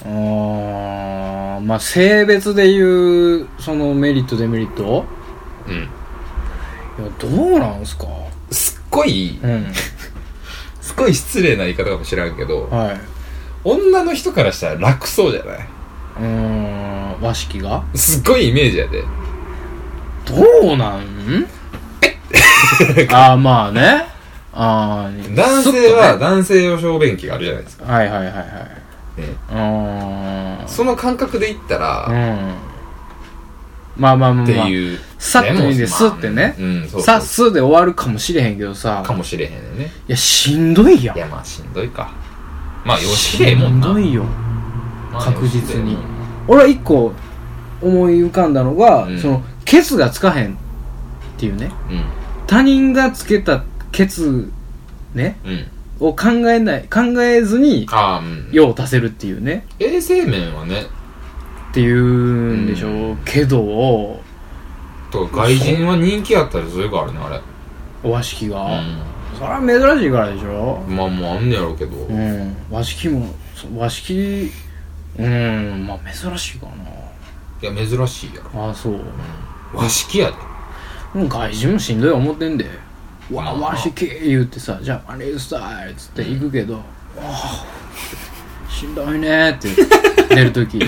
S2: な、
S1: あーまあ性別でいうそのメリットデメリット
S2: うん。
S1: いやどうなんすか
S2: すっごい、
S1: うん
S2: すっごい失礼な言い方かもしれんけど、
S1: はい
S2: 女の人からしたら楽そうじゃないう
S1: ーん和式が
S2: すっごいイメージやで。
S1: どうなん ああまあねああ
S2: 男性は、
S1: ね、
S2: 男性用小便器があるじゃないですか。
S1: はいはいはいはい
S2: ね
S1: うーん
S2: その感覚で言った
S1: う
S2: ら、
S1: んまあまあまあ、まあ、
S2: っていう。
S1: さっと見て
S2: も
S1: スッてね
S2: まあうん、そう
S1: さっ
S2: そ
S1: すで終わるかもしれへんけどさ
S2: う。かもしれへんよね。
S1: いやしんどいやん
S2: いや、まあ、しんどいか。まあ、様式でええもんな。
S1: しんどいよ
S2: まあ
S1: 確実に
S2: 様式でええもんな
S1: 俺は一個思い浮かんだのが、
S2: うん
S1: そのケツがつかへんっていうね他人がつけたケツね
S2: うん。うん。
S1: を考えない考えずに
S2: ああ、うん。
S1: 用を足せるっていうね
S2: 衛生面はね、
S1: っていうんでしょう、
S2: うん
S1: けど
S2: と外人は人気やったりするからね、あれ。
S1: 和式が、
S2: う
S1: それは珍しいからでしょ
S2: ん。まあ、もうあんねやろうけど。
S1: うん和式もそ和式うんまあ珍しいか
S2: いや、珍しいやろ。
S1: なああそう
S2: 和式やで。
S1: もう外人もしんどい思ってんで「
S2: ま
S1: わ
S2: あ
S1: わしき」言うてさ「じゃあマネースタイル」っつって行くけど「わあしんどいね」って 寝る時
S2: うん。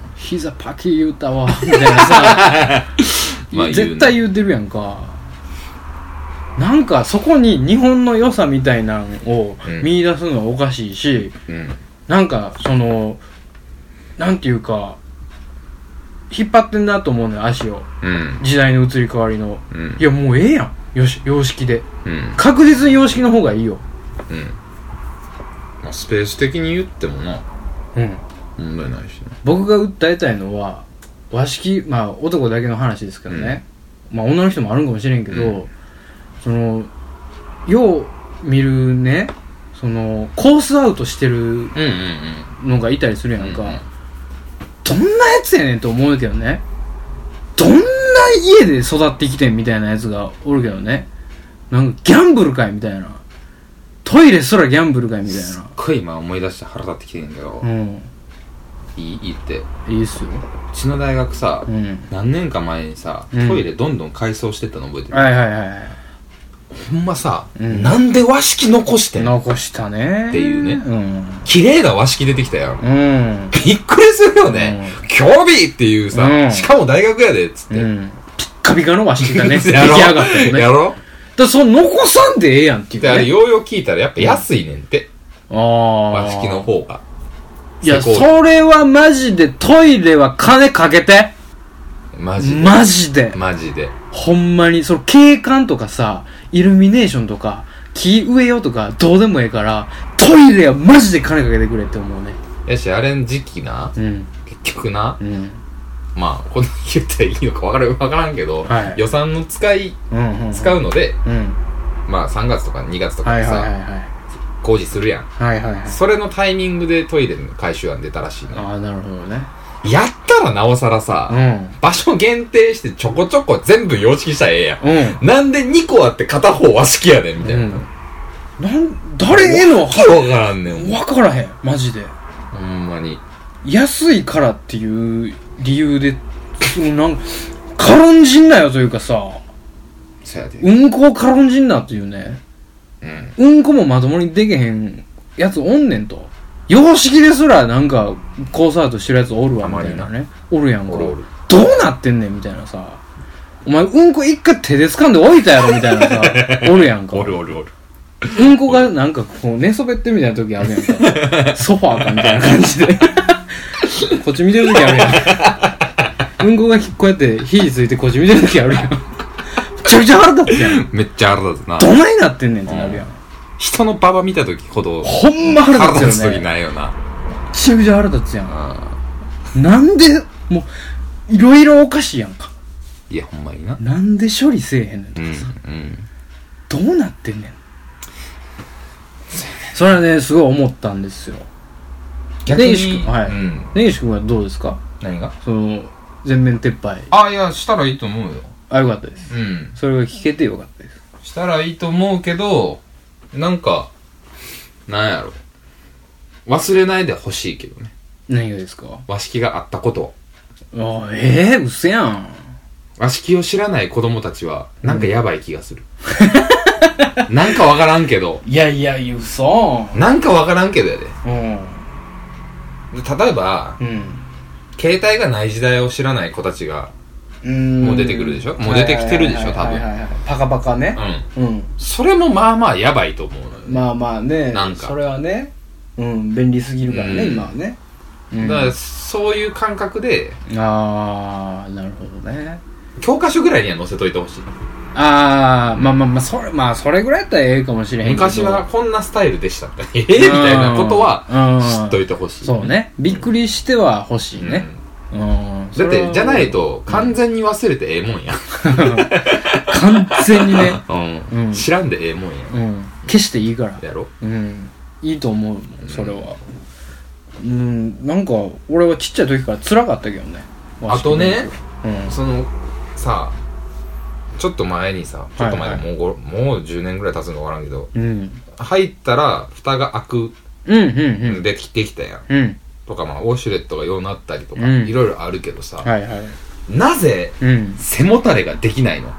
S1: 「膝パキ言うた わ」みたいなさ
S2: まあ言うね
S1: 絶対言うてるやんかなんかそこに日本の良さみたいなんを
S2: うん
S1: 見出すのはおかしいし、
S2: うん。
S1: なんかそのなんていうか引っ張ってんなと思うね足を
S2: うん。
S1: 時代の移り変わりの
S2: うん
S1: い。やもうええやんよし様式で
S2: うん。
S1: 確実に様式の方がいいよ
S2: うん。まあ、スペース的に言ってもな、
S1: うん
S2: 問題ないしね。
S1: 僕が訴えたいのは和式まあ男だけの話ですけどね、まあ女の人もあるんかもしれんけど、
S2: う
S1: そのよう見るねそのコースアウトしてる
S2: うんうん
S1: のがいたりするやんか、
S2: うんうん
S1: どんなやつやねんと思うけどねどんな家で育ってきてんみたいなやつがおるけどねなんかギャンブルかいみたいなトイレすらギャンブルかいみたい
S2: すっ
S1: な
S2: ごい今思い出して腹立ってきてんけど、
S1: うん
S2: いいいいって。う
S1: いいっすよ
S2: ちの大学さ、
S1: うん
S2: 何年か前にさ、
S1: うん
S2: トイレどんどん改装してったの覚えてる、
S1: はいはいはいはい
S2: ほんまさ、
S1: うん
S2: なんで和式残してんの
S1: 残したね
S2: っていうね
S1: うん
S2: 綺麗な和式出てきたやん。
S1: うん
S2: びっくりするよね。興味っていうさ、
S1: うん
S2: しかも大学やで、つって。
S1: うんピッカピカの和式がね出来
S2: やろ
S1: 上がったよね
S2: や
S1: だか
S2: ろ
S1: らその残さんでええやんっていう
S2: で、あれ、
S1: ね
S2: ようよう聞いたらやっぱ安いねんって。
S1: ああ
S2: 和式の方が。
S1: いや、
S2: 施工
S1: それはマジでトイレは金かけて
S2: マジで。
S1: マジで
S2: マジで。
S1: ほんまに、その景観とかさ、イルミネーションとか、木植えようとか、どうでもええから、トイレはマジで金かけてくれって思うね。
S2: やし、あれん時期な、
S1: うん。
S2: 結局な、
S1: うん。
S2: まあ、こんな言ったらいいのかわからん、わからんけど、
S1: はい
S2: 予算の使い、
S1: うん、うん。
S2: 使うので、
S1: うん。
S2: まあ3月とか2月とか
S1: はい
S2: にさ、
S1: はいはいはい。
S2: 工事するやん。
S1: はいはいはい。
S2: それのタイミングでトイレの改修案出たらしい
S1: あ
S2: ね。
S1: あ、なるほどね。
S2: やったらなおさらさ、
S1: う
S2: 場所限定してちょこちょこ全部様式したらええやん。
S1: ん。うん。
S2: なんで2個あって片方和式やねん、みたいな。
S1: なん、誰への、わ
S2: わけわからんねん。
S1: からへん。マジで。
S2: ほんまに。
S1: 安いからっていう理由で、そのなんか、軽んじんなよというかさ、
S2: そやで。
S1: うんこを軽んじんなっていうね。
S2: うん。
S1: うんこもまともにできへんやつおんねんと。様式ですらなんか、コースアウトしてるやつおるわ、
S2: た
S1: み
S2: ま
S1: た
S2: に
S1: い
S2: な
S1: なね。おるやんか。
S2: おるおる
S1: どうなってんねん、みたいなさ。お前、うんこ一回手で掴んで置いたやろ、みたいなさ。おるやんか。
S2: おるおるおる。
S1: うんこがなんかこう寝そべってるみたいな時あるやんか。ソファーかみたいな感じで。こっち見てる時あるやん。うんこがこうやって火ついてこっち見てる時あるやん。めちゃくちゃ腹立つやん。
S2: めっちゃ腹立つな。
S1: どないなってんねんってなるやん。
S2: 人のババ見た時ほど、
S1: ほんま腹
S2: 腹
S1: 立
S2: 立
S1: つ
S2: つ
S1: よ
S2: 時
S1: ね。
S2: ないよな。
S1: めちゃくちゃ腹立つやん。
S2: あ
S1: なんで、もう、いろいろおかしいやんか。
S2: ーいや、ほんまにな。
S1: なんで処理せえへんねん
S2: う
S1: と
S2: ん。う
S1: かさ。
S2: ん。
S1: どうなってんねん。それはね、すごい思ったんですよ。
S2: 逆
S1: 根岸
S2: に、
S1: 君はい
S2: うん、
S1: 根岸君はどうですか
S2: 何が
S1: その全面撤廃
S2: あいやしたらいいと思うよ
S1: あよかったです
S2: うん
S1: それが聞けてよかったです
S2: したらいいと思うけどなんかなんやろ忘れないでほしいけどね
S1: 何がですか
S2: 和式があったことを
S1: あええー、うせやん
S2: 和式を知らない子供たちはなんかやばい気がする、 なんかわからんけど
S1: いやいやいや嘘
S2: なんかわからんけどやで
S1: うん
S2: で例えば
S1: うん
S2: 携帯がない時代を知らない子たちが
S1: うん
S2: もう出てくるでしょもう出てきてるでしょ多
S1: はい
S2: 分
S1: はいはいはいパカパカね
S2: うん
S1: うん
S2: それもまあまあやばいと思うのよ、ね
S1: まあまあね
S2: なんか
S1: それはねうん便利すぎるからね
S2: うん
S1: 今はね
S2: だからそういう感覚で
S1: ああなるほどね
S2: 教科書ぐらいには載せといてほしい
S1: ああまあまあまあそれまあそれぐらいやったらええかもしれへんけど
S2: 昔はこんなスタイルでしたって ええみたいなことは知っと
S1: い
S2: いてほしい
S1: そうねびっくりしては欲しいねうん
S2: うんだってじゃない
S1: と
S2: と完全に忘れてええもんや、
S1: 完全に ね
S2: う
S1: うん
S2: ん、知らんでええもんや
S1: うん消していいから
S2: やろ
S1: うんいいと思うもんそれはうんなんか俺はちっちゃい時から辛かったけどね
S2: あとね
S1: うん
S2: そのさちょっと前にさちょっと前でもうご、もう10年ぐらい経つのかわからんけど
S1: うん
S2: 入ったら蓋が開く
S1: うんうん
S2: できてきたやん
S1: うんうん
S2: とか、まあ、ウォシュレットがようなったりとか、
S1: うん
S2: いろいろあるけどさ、
S1: はいはい
S2: なぜ
S1: うん
S2: 背もたれができないのっ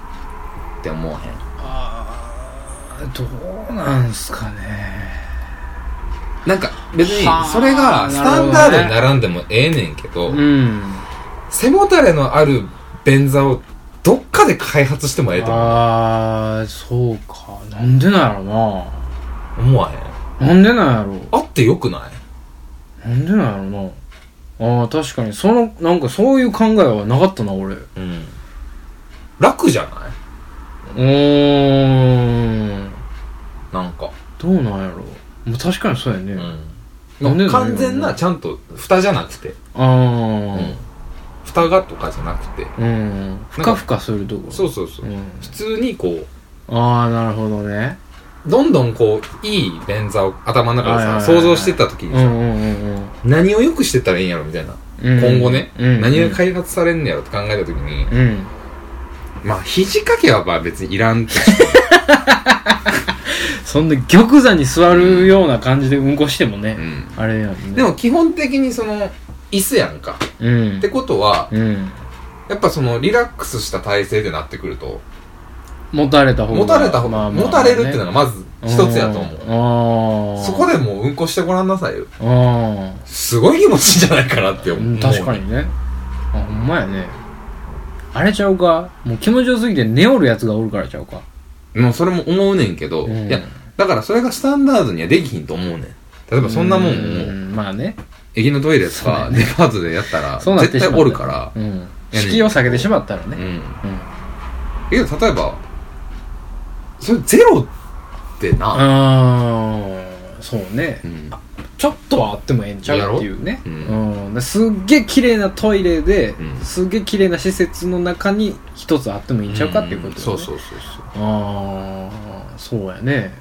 S2: て思わへん
S1: あーどうなんすかね
S2: なんか別に
S1: はあ
S2: それがスタンダードに並んでもええねんけど
S1: うん
S2: 背もたれのある便座をどっかで開発してもええと思う
S1: ああそうかなんでなんやろな
S2: 思わへん
S1: なんでなんやろ
S2: あってよくない
S1: なんでなんやろなあー確かにそのなんかそういう考えはなかったな俺う
S2: うん楽じゃない
S1: ーん
S2: なんか、
S1: どうなんやろもう確かにそうやね、
S2: う
S1: あ
S2: ん
S1: なんでなんやろ
S2: 完全なちゃんと蓋じゃなくて、
S1: あ
S2: うん蓋がとかじゃなくて
S1: うん、ふかふかするところ
S2: そうそうそう、
S1: ん、
S2: 普通にこう
S1: ああなるほどね
S2: どんどんこういい便座を頭の中で
S1: はいはい
S2: さ
S1: はいは
S2: 想
S1: い
S2: 像してた時
S1: うん
S2: に
S1: うん
S2: さ、
S1: うん
S2: 何を良くしてったらいいんやろみたいな、
S1: うん
S2: 今後ね、
S1: うん、
S2: 何が
S1: が
S2: 開発されんねやろって考えた時に、
S1: うん
S2: まあ肘掛けはまあ別にいらんって
S1: そんな玉座に座るような感じでうんこしてもね、
S2: うん
S1: あれやんね
S2: でも基本的にその椅子やんか
S1: うん
S2: ってことは
S1: うん
S2: やっぱそのリラックスした体勢でなってくると
S1: 持たれた方が
S2: 持たれた方
S1: まあ
S2: が
S1: まあ
S2: 持たれるっていう
S1: ね
S2: のがまず一つやと思う
S1: 思
S2: そこ
S1: で
S2: でもううんこしてごらんなさいよ
S1: あ
S2: すごい気持ちいいんじゃないかなって
S1: あ
S2: 思う、
S1: うん確かにねあほんまやねあれちゃうかもう気持ちよすぎて寝おるやつがおるからちゃうか
S2: もうそれも思うねんけど、
S1: うん
S2: いやだからそれがスタンダードにはできひんと思うねん例えばそんなもん
S1: う
S2: を
S1: んまあね
S2: 駅のトイレと
S1: そうだ
S2: か
S1: よ
S2: デパートでやったら
S1: そうなって
S2: 絶
S1: しま
S2: 対
S1: った
S2: おるから
S1: うん
S2: いやね
S1: 敷居を下げてしまったら
S2: う
S1: ね
S2: ん
S1: うん
S2: けど例えばそれゼロってな
S1: あーそうね
S2: うん
S1: ちょっとはあってもええんちゃうっていうね
S2: やろ
S1: うんすっげえ綺麗なトイレで、
S2: うん
S1: すっげえ綺麗な施設の中に一つあってもいいんちゃうかっていうことよね
S2: そうそうそうそう、
S1: ああそうやね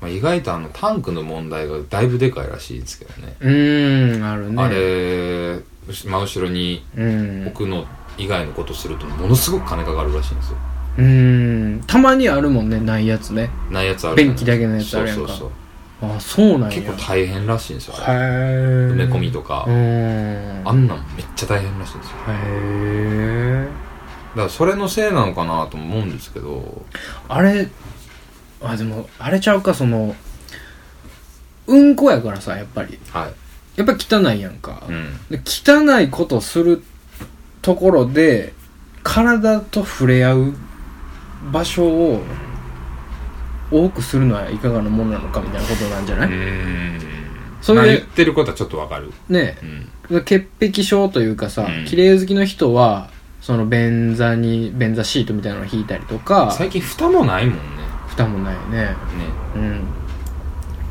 S2: まあ、意外とあのタンクの問題がだいぶでかいらしいですけどね
S1: うーんあるね
S2: あれうし真後ろに
S1: うんう
S2: 置くの以外のことするとものすごく金かかるらしいんですよ
S1: ーんたまにあるもんねないやつね
S2: ないやつあるじゃな
S1: 便
S2: い
S1: 器だけのやつあるやんか
S2: そうそうそう
S1: ああそうなんや
S2: 結構大変らしいんですよあれ
S1: へえ
S2: 埋め込みとか
S1: う、ーん
S2: あんなんめっちゃ大変らしいんですよ
S1: へえ
S2: だからそれのせいなのかなとも思うんですけど
S1: あれあでもあれちゃうかそのうんこやからさやっぱり
S2: はい
S1: やっぱ汚いやんか、
S2: うん
S1: で汚いことするところで体と触れ合う場所を多くするのはいかがなものなのかみたいなことなんじゃな
S2: う
S1: い、
S2: ーん
S1: そ
S2: まあ
S1: れ
S2: 言っ
S1: で
S2: てることはちょっとわかる
S1: ね
S2: うん
S1: 潔癖症というかさ、
S2: うん
S1: 綺麗好きの人はその便座に便座シートみたいなのを引いたりとか
S2: 最近蓋もないもんね
S1: 蓋もないね
S2: ね
S1: うん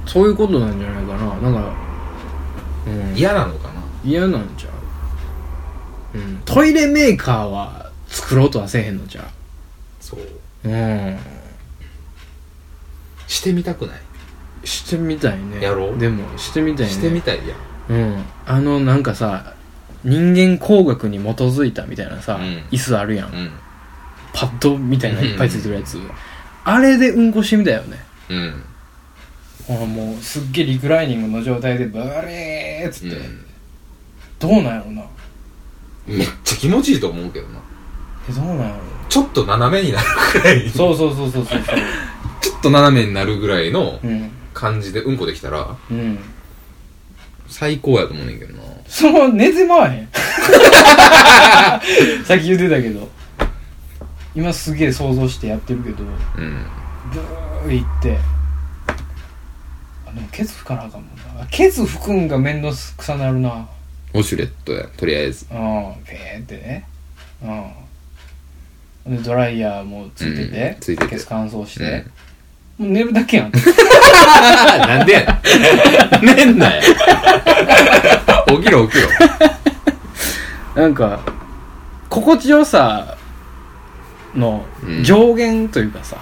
S1: そういうことなんじゃないかななんか、うん、
S2: 嫌なのかな
S1: 嫌なんちゃう、うん、トイレメーカーは作ろうとはせえへんのちゃ
S2: そう
S1: ううん
S2: してみたくない
S1: してみたいね
S2: やろう
S1: でもしてみたいね
S2: してみたいやん
S1: うんあのなんかさ人間工学に基づいたみたいなさ、
S2: うん
S1: 椅子あるやん
S2: うん
S1: パッドみたいなのいっぱいついてるやつあれでうんこしてみたよね
S2: うん
S1: ほらもうすっげえリクライニングの状態でブレーっつって、
S2: うん
S1: どうなんやろな
S2: めっちゃ気持ちいいと思うけどな
S1: えどうなんやろ
S2: ちょっと斜めになるくらいちょ
S1: そうそうそうそうそうそう
S2: っと斜めになるぐらいの
S1: うん
S2: 感じでうんこできたら
S1: うん
S2: 最高やと思うねんけどな
S1: その寝てまわ へんさっき言ってたけど今すげえ想像してやってるけど
S2: うん
S1: ブーいってあでもケツ拭かなあかんもんなケツ拭くんが面倒くさなるな
S2: ウォシュレットやとりあ えず
S1: うんペーってねうんでドライヤーもついてて,、
S2: うんついてて
S1: ケツ乾燥して、
S2: うん
S1: もう寝るだけやん
S2: なんでやねん。寝んなよ。起きろ起き ろ。
S1: なんか心地よさの
S2: うん
S1: 上限というかさ、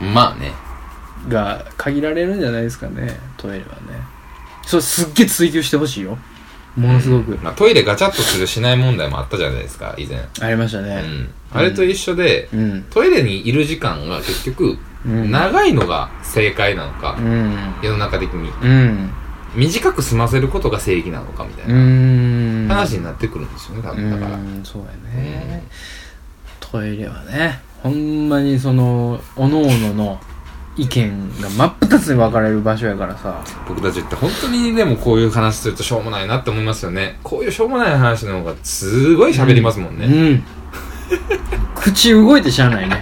S2: まあね。
S1: が限られるんじゃないですかねトイレはねそうすっげえ追求してほしいよものすごく、
S2: まあ、トイレガチャッとするしない問題もあったじゃないですか、以前。
S1: ありました
S2: う
S1: ね
S2: ん。あれと一緒で、
S1: うん
S2: トイレにいる時間が結局、
S1: うん
S2: 長いのが正解なのか
S1: う、ん
S2: 世の中的に。
S1: うん
S2: 短く済ませることが正義なのかみたいうな
S1: ーん
S2: 話になってくるんですよね、多分だから
S1: う。んそうやね、トイレはねほんまにそのおのおのの意見が真っ二つに分かれる場所やからさ
S2: 僕たちって本当にでもこういう話するとしょうもないなって思いますよね。こういうしょうもない話の方がすごい喋りますもんね。
S1: うん口動いてしゃあない ね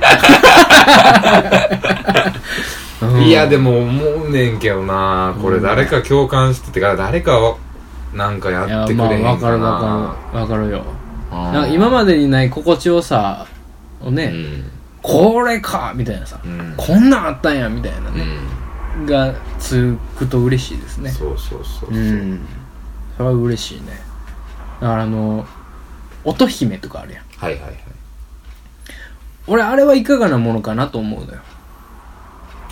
S1: うん
S2: いやでも思うねんけどなこれ誰か共感しててから誰かはなんか
S1: い
S2: や
S1: や
S2: ってく
S1: まあ
S2: れへん
S1: 分か
S2: か
S1: る
S2: な
S1: 分かる分かるよ
S2: あー
S1: なんか今までにない心地よさをね、
S2: うん
S1: これかみたいなさ、
S2: うん
S1: こんなんあったんやみたいな
S2: う
S1: ね、
S2: ん
S1: がつくと嬉しいですね
S2: そうそうそう
S1: う
S2: うん
S1: んそれは嬉しいねだからあの乙姫とかあるやん
S2: はいはいはい
S1: 俺あれはいかがなものかなと思うのよ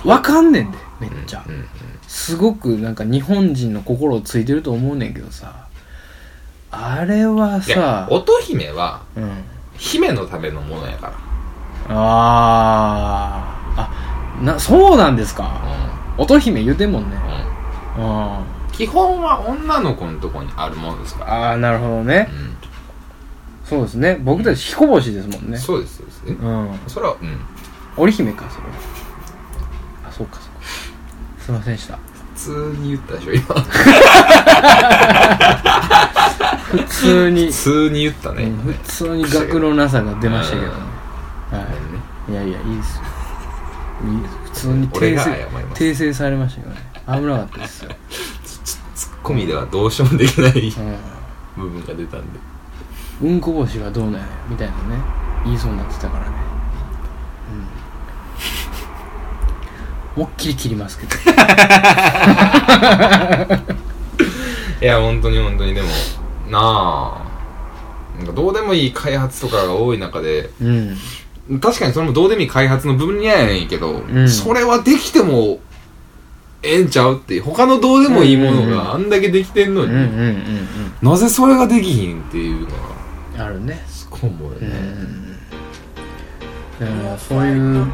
S1: わかんねんでめっちゃ
S2: うんうん
S1: すごくなんか日本人の心をついてると思うねんけどさあれは
S2: で
S1: さ
S2: 乙姫は
S1: うん
S2: 姫のためのものやか
S1: あーあなそうなんですから乙姫言うてんもんね
S2: うんうん
S1: うんあ
S2: 基本は女の子のとこにあるものですから
S1: あなるほどね
S2: う
S1: そうですね僕たち彦星ですもん
S2: ん
S1: ね
S2: そうですそうですえ
S1: うん
S2: それはうん
S1: 織姫かそれはあそうかそうかすいませんでした
S2: 普通に言ったでしょ今
S1: 普通に
S2: 普通に言ったね
S1: う
S2: 今
S1: ん
S2: ね
S1: 普通に学のなさが出ましたけどね
S2: うんごめんね
S1: はいいやいやいいですよいいです普通に
S2: 俺
S1: 訂
S2: が
S1: 正
S2: 謝ります
S1: 訂正されましたけどね危なかったですよ、
S2: ツッコミではどうしようもできない
S1: うん
S2: 部分が出たんで、
S1: うんこ星はどうなんやみたいなね言いそうになってたからねうん思いっきり切りますけど
S2: いや本当に本当にでもなあなんかどうでもいい開発とかが多い中で
S1: うん
S2: 確かにそれもどうでもいい開発の部分にはやねんけど、
S1: ん
S2: それはできてもええんちゃうって他のどうでもいいものがあんだけできてんの
S1: うん
S2: に、
S1: うんうん
S2: なぜそれができひんっていうのが
S1: うんあるね
S2: すごい思うよ
S1: う
S2: ね、
S1: んでもそういう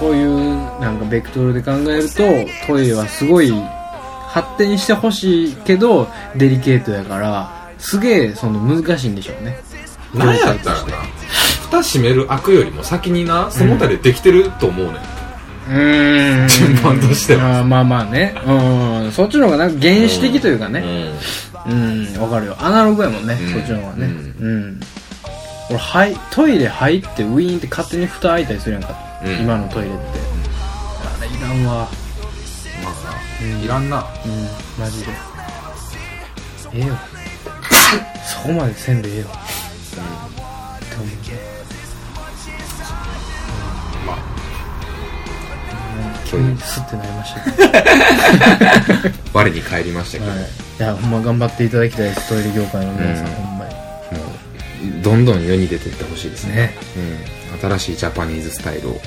S1: そういうなんかベクトルで考えるとトイレはすごい発展してほしいけどデリケートやからすげえその難しいんでしょうね
S2: なんやったらな蓋閉める開くよりも先になその他でできてると思うねん、
S1: う ーん
S2: 順番としては
S1: あーまあまあねうんそっちの方がなんか原始的というかね
S2: うん
S1: うんわかるよアナログやもんね、
S2: うん
S1: そっちの方がね
S2: う
S1: うん俺はいトイレ入ってウィーンって勝手に蓋開いたりするやんか、
S2: うん
S1: 今のトイレってあれいらんわ
S2: まあな、いらんな
S1: うんマジでええよ そこまでせんでええよ、って思うね
S2: まあ
S1: 急にスッてなりましたけど、
S2: 我に返りましたけど、
S1: はい、いやほんま頑張っていただきたいですトイレ業界の皆さん、
S2: うん
S1: ほんまに
S2: もうどんどん世に出ていってほしいですね
S1: ね
S2: うん、新しいジャパニーズスタイルを
S1: ほん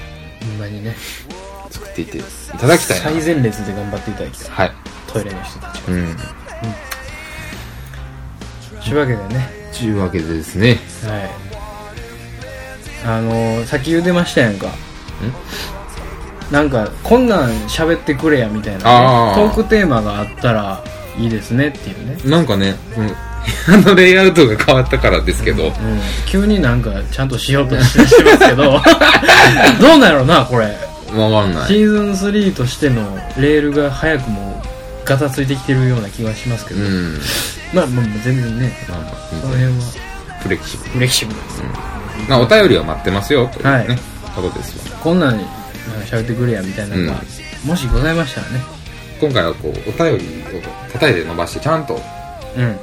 S1: まにね
S2: 作っていっていただきたいな
S1: 最前列で頑張っていただきたい
S2: はい、
S1: トイレの人たちは
S2: うん
S1: ちゅうわけでね
S2: ちゅうわけでですね
S1: はいあのー、さっき言うてましたやんかなんかこんなん喋ってくれやみたいな
S2: あー
S1: ね、トークテーマがあったらいいですねっていうね
S2: なんかね、うん、部屋のレイアウトが変わったからですけど、
S1: うん、急になんかちゃんとしようとしてますけ どどうなんやろうなこれ
S2: わかんな
S1: シ
S2: い。
S1: ーズン3としてのレールが早くもガタついてきてるような気がしますけ
S2: う
S1: ど、
S2: ん。
S1: まあまあまあ全然ね
S2: まあまあ、
S1: その辺は
S2: フレキシブル。
S1: フレキシブルです、
S2: まあ、お便りは待ってますよ、というね、
S1: はい
S2: ことですわ。
S1: こんなんなんか喋ってくれやみたいなのが、もしございましたらね
S2: 今回はこう、お便りを叩いて伸ばして、ちゃんと、
S1: うん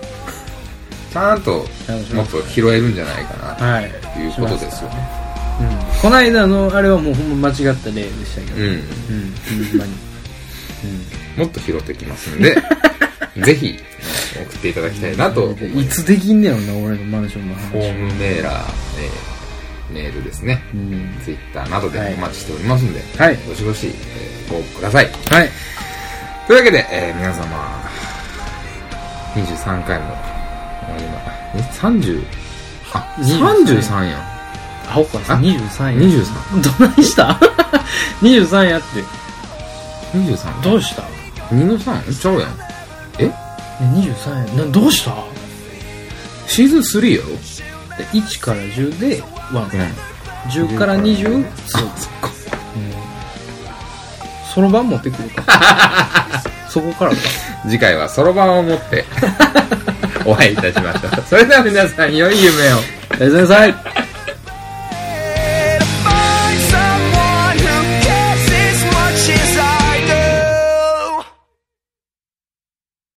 S2: ちゃんと、
S1: 楽しみ
S2: もっと拾えるんじゃないかな、
S1: はい
S2: ということですよね。
S1: うん、この間のあれはもうほんま間違った例でしたけど
S2: うん。
S1: うんほんまに
S2: もっと拾ってきますんで、ぜひ、送っていただきたいなと思い
S1: い
S2: ます。
S1: つできんねやろな俺のマンションの
S2: ホ
S1: 話
S2: ームメーラー、えーメールですね。
S1: うん
S2: ツイッターなどでお待ちしておりますんで、
S1: はい
S2: どしどし、えーご応募ください。
S1: はい
S2: というわけで、えー皆様、23回も、あ今、え、30? あ、33やん。
S1: アホか
S2: あ
S1: 23や
S2: 23。
S1: どないした ?23 やって
S2: 23?
S1: どうした
S2: 2の 3? ちゃうやん。
S1: え23やなどうした
S2: シーズン3やろ
S1: で1から10で
S2: うん。
S1: 110から20そう
S2: あ、そっか。
S1: そろばん持ってくるか そこからか
S2: 次回はそろばんを持って、お会いいたしましょう。それでは皆さん、良い夢を。
S1: おやすみなさい